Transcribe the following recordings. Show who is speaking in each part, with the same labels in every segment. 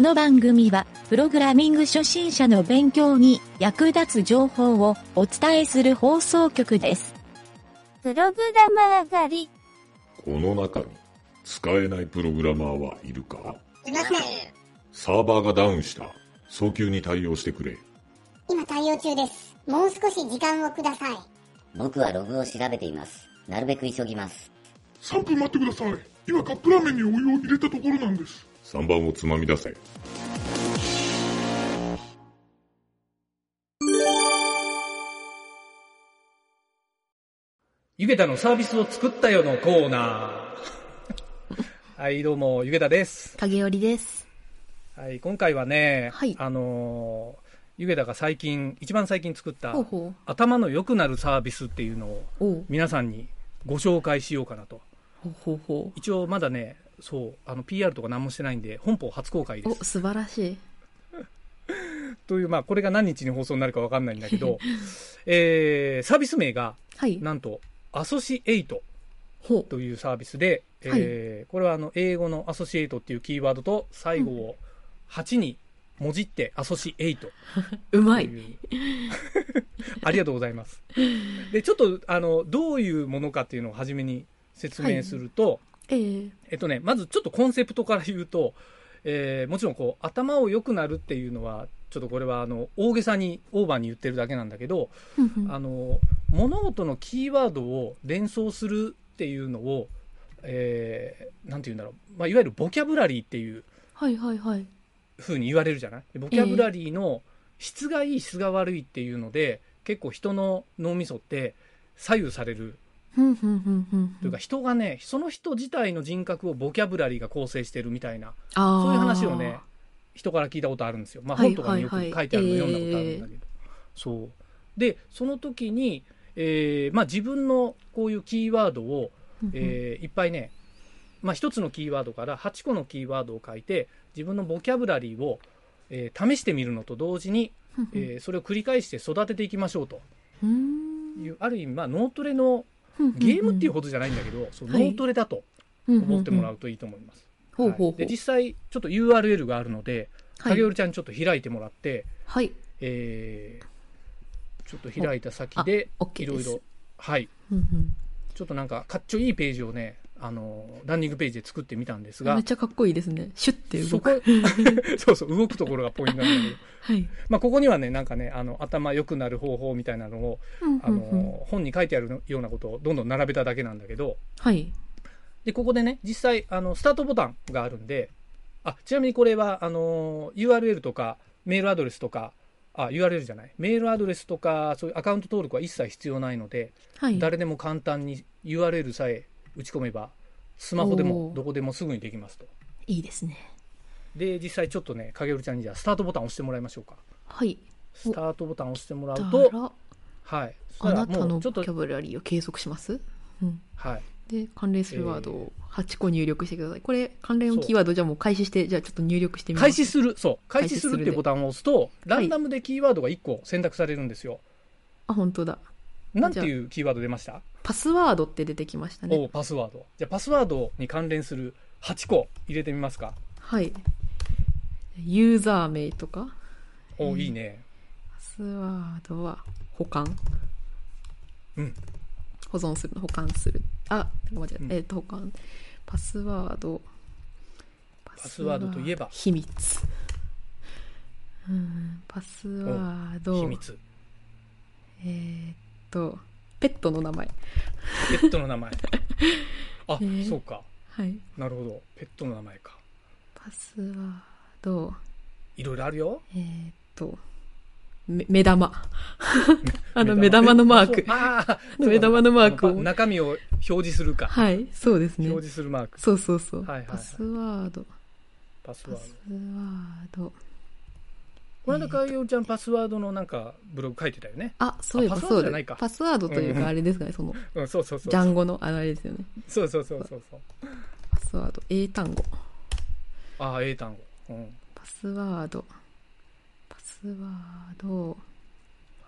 Speaker 1: の番組は、プログラミング初心者の勉強に役立つ情報をお伝えする放送局です。
Speaker 2: プログラマー狩り。
Speaker 3: この中に使えないプログラマーはいるか
Speaker 4: いません。
Speaker 3: サーバーがダウンした。早急に対応してくれ。
Speaker 4: 今対応中です。もう少し時間をください。
Speaker 5: 僕はログを調べています。なるべく急ぎます。
Speaker 6: 3分待ってください今カップラーメンにお湯を入れたところなんです
Speaker 3: 3番をつまみ出せ。
Speaker 7: ゆげたのサービスを作ったよのコーナー。 はい、どうも、ゆげたです。
Speaker 8: 影織です。
Speaker 7: はい、今回はね、
Speaker 8: はい
Speaker 7: あのーゆげたが最近、一番最近作った
Speaker 8: ほう、ほ
Speaker 7: 頭の良くなるサービスっていうのを、
Speaker 8: う。おう。
Speaker 7: 皆さんにご紹介しようかなと。
Speaker 8: ほうほうほ
Speaker 7: 一応、まだね、そう、あの、PR とか何もしてないんで、本邦初公開
Speaker 8: う。
Speaker 7: で
Speaker 8: お、
Speaker 7: す。
Speaker 8: 素晴らしい。
Speaker 7: という、まあ、これが何日に放送になるかわかんないんだけ ど、えー、サービス名が、
Speaker 8: はい。
Speaker 7: なんと、アソシエイト。
Speaker 8: ほう。
Speaker 7: というサービスで、えーこれはあの英語のアソシエイトっていうキーワードと最後を8にもじってアソシエイト
Speaker 8: うま
Speaker 7: と
Speaker 8: い。
Speaker 7: いう、 ありがとうございます。でちょっとあのどういうものかっていうのを初めに説明すると、
Speaker 8: えー、
Speaker 7: えっとね、まずちょっとコンセプトから言うと、えーもちろんこう頭を良くなるっていうのはちょっとこれはあの大げさにオーバーに言ってるだけなんだけど、
Speaker 8: ふんふん
Speaker 7: あの物事のキーワードを連想するっていうのを、えーなんて言うんだろう、まあ、いわゆるボキャブラリーっていう
Speaker 8: はいはいはい。
Speaker 7: ふうに言われるじゃないでボキャブラリーの質がいい質が悪いっていうので結構人の脳みそって左右される
Speaker 8: ふんふんふんふん
Speaker 7: というか人がねその人自体の人格をボキャブラリーが構成してるみたいな
Speaker 8: あー
Speaker 7: そういう話をね、人から聞いたことあるんですよ。まあ、
Speaker 8: はい
Speaker 7: 本とかによく書
Speaker 8: はいい
Speaker 7: て
Speaker 8: は
Speaker 7: あ
Speaker 8: い
Speaker 7: るの読んだことあるんだけど。そう。で、その時に、えーまあ、自分のこういうキーワードを、
Speaker 8: ふんふん
Speaker 7: えーいっぱいね、まあ、1つのキーワードから8個のキーワードを書いて、自分のボキャブラリーを、えー試してみるのと同時に、
Speaker 8: ふんふん
Speaker 7: えーそれを繰り返して育てていきましょうと
Speaker 8: うーん
Speaker 7: いう、ある意味、まあ、脳トレの
Speaker 8: ふんふんふん
Speaker 7: ゲームっていうほどじゃないんだけど、そう
Speaker 8: はい
Speaker 7: 脳トレだと
Speaker 8: ふんふんふん
Speaker 7: 思ってもらうといいと思います。
Speaker 8: ほうほう
Speaker 7: はい
Speaker 8: ほう
Speaker 7: で。実際、ちょっと URL があるので、
Speaker 8: はい
Speaker 7: 影織ちゃんちょっと開いてもらって、
Speaker 8: はい。
Speaker 7: えーちょっと開いた先で
Speaker 8: おあ OK
Speaker 7: いろい
Speaker 8: で
Speaker 7: ろ
Speaker 8: す
Speaker 7: はい
Speaker 8: ふんふん
Speaker 7: ちょっとなんかかっちょいいページをねあのランニングページで作ってみたんです
Speaker 8: め
Speaker 7: が
Speaker 8: っちゃかっこいいですね。シュッて動
Speaker 7: そ
Speaker 8: く。
Speaker 7: こ そうそう動くところがポイントなんだけど、
Speaker 8: はい。
Speaker 7: まあ、ここにはねなんかねあの頭良くなる方法みたいなのを
Speaker 8: ふん
Speaker 7: あ
Speaker 8: ふんふん
Speaker 7: の本に書いてあるようなことをどんどん並べただけなんだけど
Speaker 8: はい。
Speaker 7: でここでね実際あのスタートボタンがあるんであちなみにこれはあの URL とかメールアドレスとかあ URL じゃないメールアドレスとかそういうアカウント登録は一切必要ないので、
Speaker 8: はい。
Speaker 7: 誰でも簡単に URL さえ打ち込めばスマホでも
Speaker 8: おー
Speaker 7: どこでもすぐにできますと
Speaker 8: いいですね。
Speaker 7: で実際ちょっとね影織ちゃんにじゃあスタートボタン押してもらいましょうか
Speaker 8: はい。
Speaker 7: スタートボタン押してもら
Speaker 8: だ
Speaker 7: う
Speaker 8: か
Speaker 7: と
Speaker 8: ら、
Speaker 7: はいそ
Speaker 8: あ
Speaker 7: し
Speaker 8: な
Speaker 7: たら
Speaker 8: た
Speaker 7: も
Speaker 8: の
Speaker 7: うちょ
Speaker 8: ボ
Speaker 7: っ
Speaker 8: キ
Speaker 7: と
Speaker 8: ャブラリーを継続します。うん。
Speaker 7: はい
Speaker 8: で、関連するワードを8個入力してください。これ、関連キーワードじゃあもう開始して、じゃあちょっと入力してみます。
Speaker 7: 開始するそう開始するってボタンを押すとランダムでキーワードが1個選択されるんですよ、
Speaker 8: あ、本当だ。
Speaker 7: なんていうキーワード出ました
Speaker 8: パスワードって出てきました
Speaker 7: お
Speaker 8: ね。
Speaker 7: うパスワードじゃあパスワードに関連する8個入れてみますか
Speaker 8: はい。ユーザー名とか、
Speaker 7: おおいいね
Speaker 8: パスワードは保管。
Speaker 7: うん。
Speaker 8: 保存するの、保管する。あ、間違えた。
Speaker 7: うん
Speaker 8: えっ、と、保管。パスワード。パ
Speaker 7: スワードといえば
Speaker 8: 秘密。うん、パスワー
Speaker 7: 秘
Speaker 8: ド。
Speaker 7: 密
Speaker 8: えーっと、ペットの名前。
Speaker 7: ペットの名 前あ、
Speaker 8: ー
Speaker 7: そうか
Speaker 8: はい。
Speaker 7: なるほどペットの名前か
Speaker 8: パスワード。
Speaker 7: いろいろあるよ
Speaker 8: えーっと、め、目玉。 あの、目
Speaker 7: え
Speaker 8: 玉のマーク。
Speaker 7: ああ、
Speaker 8: の 目玉のマークを
Speaker 7: そうか中身を表示するか。
Speaker 8: はい、そうですね
Speaker 7: 表。示するマーク。
Speaker 8: そうそうそう。
Speaker 7: はいはいはい
Speaker 8: パスワード、
Speaker 7: パス
Speaker 8: パ
Speaker 7: ワー
Speaker 8: ス
Speaker 7: ド。
Speaker 8: ワード。
Speaker 7: この間、かいおちゃんパスワードのなんかブログ書いてたよね。
Speaker 8: あ、そういえば
Speaker 7: あパスワード
Speaker 8: そう
Speaker 7: じゃ
Speaker 8: で
Speaker 7: ない
Speaker 8: す
Speaker 7: か。
Speaker 8: パスワードという
Speaker 7: うん
Speaker 8: か、あれですかね、その、
Speaker 7: うん、そうそうそう。
Speaker 8: ジャンゴの、ああれですよね。
Speaker 7: そうそうそうそうそう。
Speaker 8: パスワード、英単語。
Speaker 7: ああ、英単語。うん。
Speaker 8: パスワード、パスワード、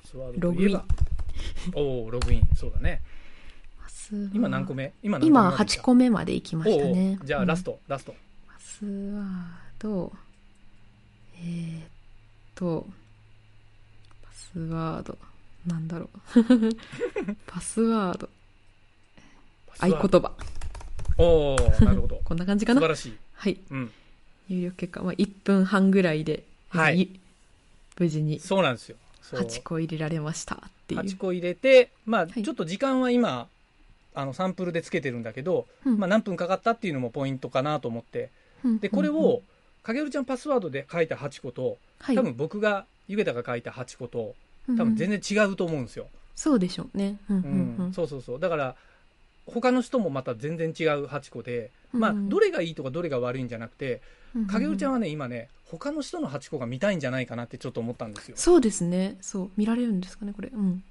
Speaker 7: パスワードといえば。おお、ログイン。そうだね。
Speaker 8: パスワード。
Speaker 7: 今何個目今何個目
Speaker 8: 今、
Speaker 7: までいっ
Speaker 8: 8個目まで行きま
Speaker 7: お
Speaker 8: した
Speaker 7: うおう
Speaker 8: ね。
Speaker 7: じゃあ、ラス
Speaker 8: ト。
Speaker 7: ト、ラスト。
Speaker 8: パスワード、えーっと、パスワード。なんだろ う。パスワード。合言葉。。
Speaker 7: おー、なるほど
Speaker 8: こんな感じ か
Speaker 7: 素晴
Speaker 8: な。
Speaker 7: らしい。
Speaker 8: はい。
Speaker 7: うん。
Speaker 8: 入力結果、まあ、1分半ぐらいで、無事
Speaker 7: は
Speaker 8: に、
Speaker 7: い
Speaker 8: 無事に
Speaker 7: そうなんですよ。そう
Speaker 8: 8個入れられましたっていう
Speaker 7: 8。個入れて、まあ、
Speaker 8: い
Speaker 7: ちょっと時間は今あのサンプルでつけてるんだけど、
Speaker 8: うん
Speaker 7: まあ、何分かかったっていうのもポイントかなと思って
Speaker 8: うん
Speaker 7: でこれ
Speaker 8: うんうん
Speaker 7: を影るちゃんパスワードで書いた8個と
Speaker 8: はい
Speaker 7: 多分僕がゆげたが書いた8個と
Speaker 8: うんうん
Speaker 7: 多分全然違うと思うんですよ、
Speaker 8: そうでしょうね。うん
Speaker 7: う
Speaker 8: うんんうん
Speaker 7: そうそうそうだから他の人もまた全然違う8個で、まあ、
Speaker 8: うんうん
Speaker 7: どれがいいとかどれが悪いんじゃなくて
Speaker 8: うんうんうん
Speaker 7: 影るちゃんはね今ね他の人の8個が見たいんじゃないかなってちょっと思ったんですよ
Speaker 8: そうですね。そう。見られるんですかね、これ。うん。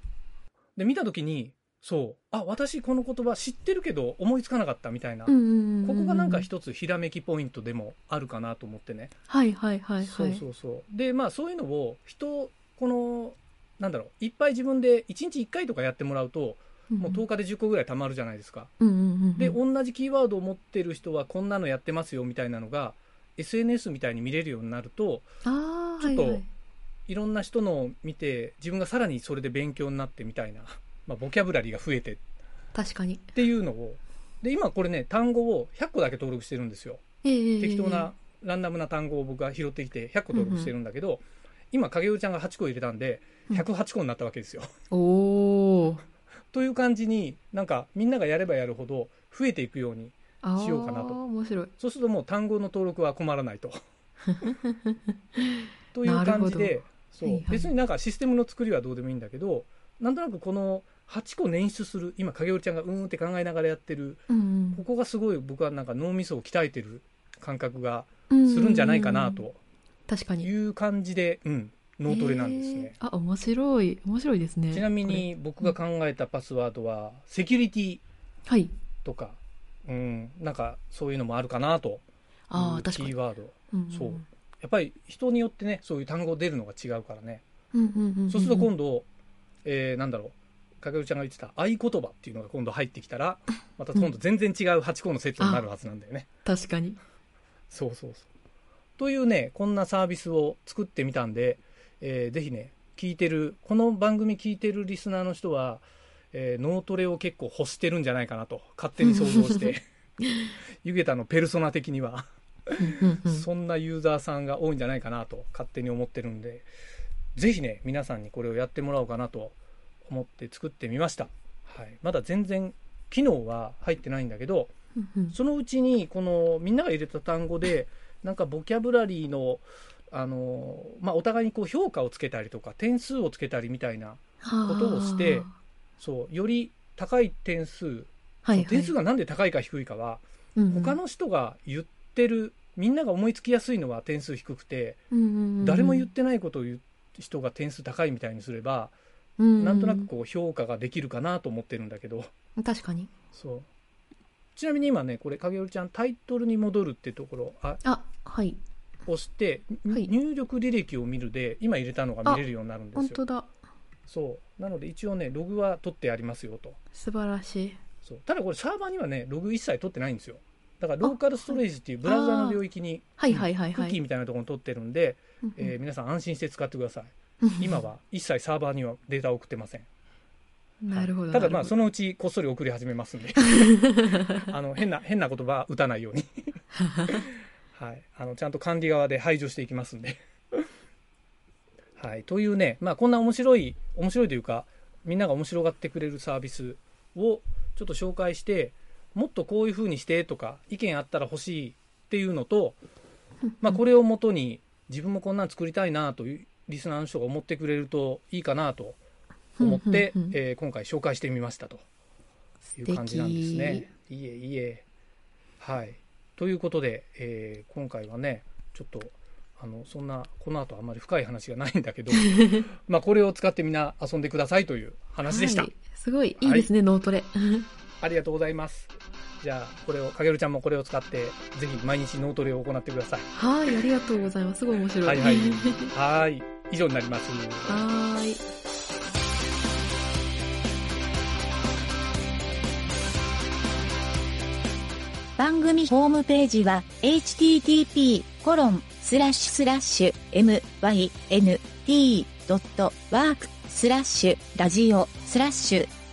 Speaker 7: で見た時にそうあ私この言葉知ってるけど思いつかなかったみたいな、
Speaker 8: うんうんう
Speaker 7: こ
Speaker 8: んう
Speaker 7: こ
Speaker 8: ん
Speaker 7: がなんか一つひらめきポイントでもあるかなと思ってね、
Speaker 8: はいはいはいは
Speaker 7: そう
Speaker 8: い。
Speaker 7: そうそうでまあそういうのを人このなんだろういっぱい自分で1日1回とかやってもらうと
Speaker 8: うん
Speaker 7: もう10日で10個ぐらいたまるじゃないですか、
Speaker 8: うんうんうんうん
Speaker 7: で同じキーワードを持ってる人はこんなのやってますよみたいなのが SNS みたいに見れるようになると
Speaker 8: ああ、
Speaker 7: ちょ
Speaker 8: は
Speaker 7: っ
Speaker 8: い
Speaker 7: と
Speaker 8: はい。
Speaker 7: いろんな人のを見て自分がさらにそれで勉強になってみたいな、 まあ、ボキャブラリーが増えて
Speaker 8: 確かに。
Speaker 7: っていうのをで今これね単語を100個だけ登録してるんですよ
Speaker 8: ええええ
Speaker 7: 適当な。ランダムな単語を僕が拾ってきて100個登録してるんだけど、今影尾ちゃんが8個入れたんで
Speaker 8: うん
Speaker 7: 108個になったわけですよ、
Speaker 8: おお。
Speaker 7: という感じになんかみんながやればやるほど増えていくように
Speaker 8: ああ、
Speaker 7: しようかなと
Speaker 8: 面白い。
Speaker 7: そうするともう単語の登録は困ら ないとという
Speaker 8: なる
Speaker 7: 感
Speaker 8: ほ
Speaker 7: じ
Speaker 8: ど
Speaker 7: でそう、
Speaker 8: はいはい
Speaker 7: 別になんかシステムの作りはどうでもいいんだけどなんとなくこの8個捻出する今影尾ちゃんがうーんって考えながらやってる
Speaker 8: うん
Speaker 7: ここがすごい僕はなんか脳みそを鍛えてる感覚が
Speaker 8: うん。
Speaker 7: するんじゃないかな
Speaker 8: うんうんうん。
Speaker 7: と
Speaker 8: 確か
Speaker 7: い
Speaker 8: に。
Speaker 7: う感じで、うん、脳トレなんですね
Speaker 8: ええ。あ、面白い。面白いですね。
Speaker 7: ちなみに僕が考えたパスワードは、セキュリティ
Speaker 8: これ。はい。
Speaker 7: とか、うん、なんかそういうのもあるかなという
Speaker 8: ああ、
Speaker 7: キ
Speaker 8: 確か
Speaker 7: ー
Speaker 8: に。
Speaker 7: ワード。
Speaker 8: うん
Speaker 7: そうやっぱり人によってね、そういう単語出るのが違うからね。
Speaker 8: うんうんうんうん。
Speaker 7: そうすると今度、えーなんだろう、かけるちゃんが言ってた合言葉っていうのが今度入ってきた ら、また今度全然違う8個のセットになるはずなんだよね。
Speaker 8: 確かに。
Speaker 7: そうそうそう。というね、こんなサービスを作ってみたんで、えーぜひね、聞いてる、この番組聞いてるリスナーの人は、えー脳トレを結構欲してるんじゃないかなと、勝手に想像して、 湯桁のペルソナ的には、
Speaker 8: うんうんうん。
Speaker 7: そんなユーザーさんが多いんじゃないかなと、勝手に思ってるんで、ぜひね、皆さんにこれをやってもらおうかなと思って作ってみました。はい、まだ全然、機能は入ってないんだけど、
Speaker 8: うんうん
Speaker 7: そのうちにこのみんなが入れた単語でなんかボキャブラリーのあの、まあ、お互いにこう評価をつけたりとか点数をつけたりみたいなことをして
Speaker 8: あ
Speaker 7: そうより高い点数、
Speaker 8: あはいはい。
Speaker 7: 点数がなんで高いか低いかは他
Speaker 8: 他、
Speaker 7: の人が言ってるみんなが思いつきやすいのは点数低くて
Speaker 8: うんうんうん
Speaker 7: 誰も言ってないことを言う人が点数高いみたいにすればなんとなくこう評価ができるかなと思ってるんだけど
Speaker 8: うん確かに。
Speaker 7: そうちなみに今ねこれ影織ちゃんタイトルに戻るってところあ
Speaker 8: あ、はい。
Speaker 7: 押して、
Speaker 8: はい
Speaker 7: 入力履歴を見るで今入れたのが見れるようになるんで
Speaker 8: 本
Speaker 7: すよ
Speaker 8: 当だ。
Speaker 7: そうなので一応ねログは取ってありますよと
Speaker 8: 素晴らしい。
Speaker 7: そうただこれサーバーにはねログ一切取ってないんですよだからローカルストレージっていうブラウザの領域に
Speaker 8: はいはいはい
Speaker 7: ク
Speaker 8: は
Speaker 7: ッキー
Speaker 8: い。
Speaker 7: みたいなところに取ってるんで、
Speaker 8: うんうん
Speaker 7: えー皆さん安心して使ってください
Speaker 8: うんうん
Speaker 7: 今は一切サーバーにはデータを送ってません
Speaker 8: なるほど。
Speaker 7: ただま
Speaker 8: なるほ
Speaker 7: あ
Speaker 8: ど
Speaker 7: そのうちこっそり送り始めますん であの変な変な言葉は打たないようにはいあのちゃんと管理側で排除していきますんではいというねまあこんな面白い面白いというかみんなが面白がってくれるサービスをちょっと紹介してもっとこういう風にしてとか意見あったら欲しいっていうのと、まあ、これをもとに自分もこんなん作りたいなというリスナーの人が思ってくれるといいかなと思って、
Speaker 8: うんうんうん
Speaker 7: えー今回紹介してみましたという感じなんですね。いえいえ。はい。ということで、えー今回はねちょっとあのそんなこの後あんまり深い話がないんだ けどまあこれを使ってみんな遊んでくださいという話でした。
Speaker 8: はいすごいいいですね、脳トレ。
Speaker 7: ありがとうございます。じゃあこれをかげるちゃんもこれを使ってぜひ毎日脳トレを行ってください。
Speaker 8: はい、ありがとうございます。すごい面白
Speaker 7: はい
Speaker 8: い。
Speaker 7: はい はーい以上になります。
Speaker 8: はーい。
Speaker 1: 番組ホームページは http:// スラッシュスラッシュ mynt.work スラッシュラジオスラッシュ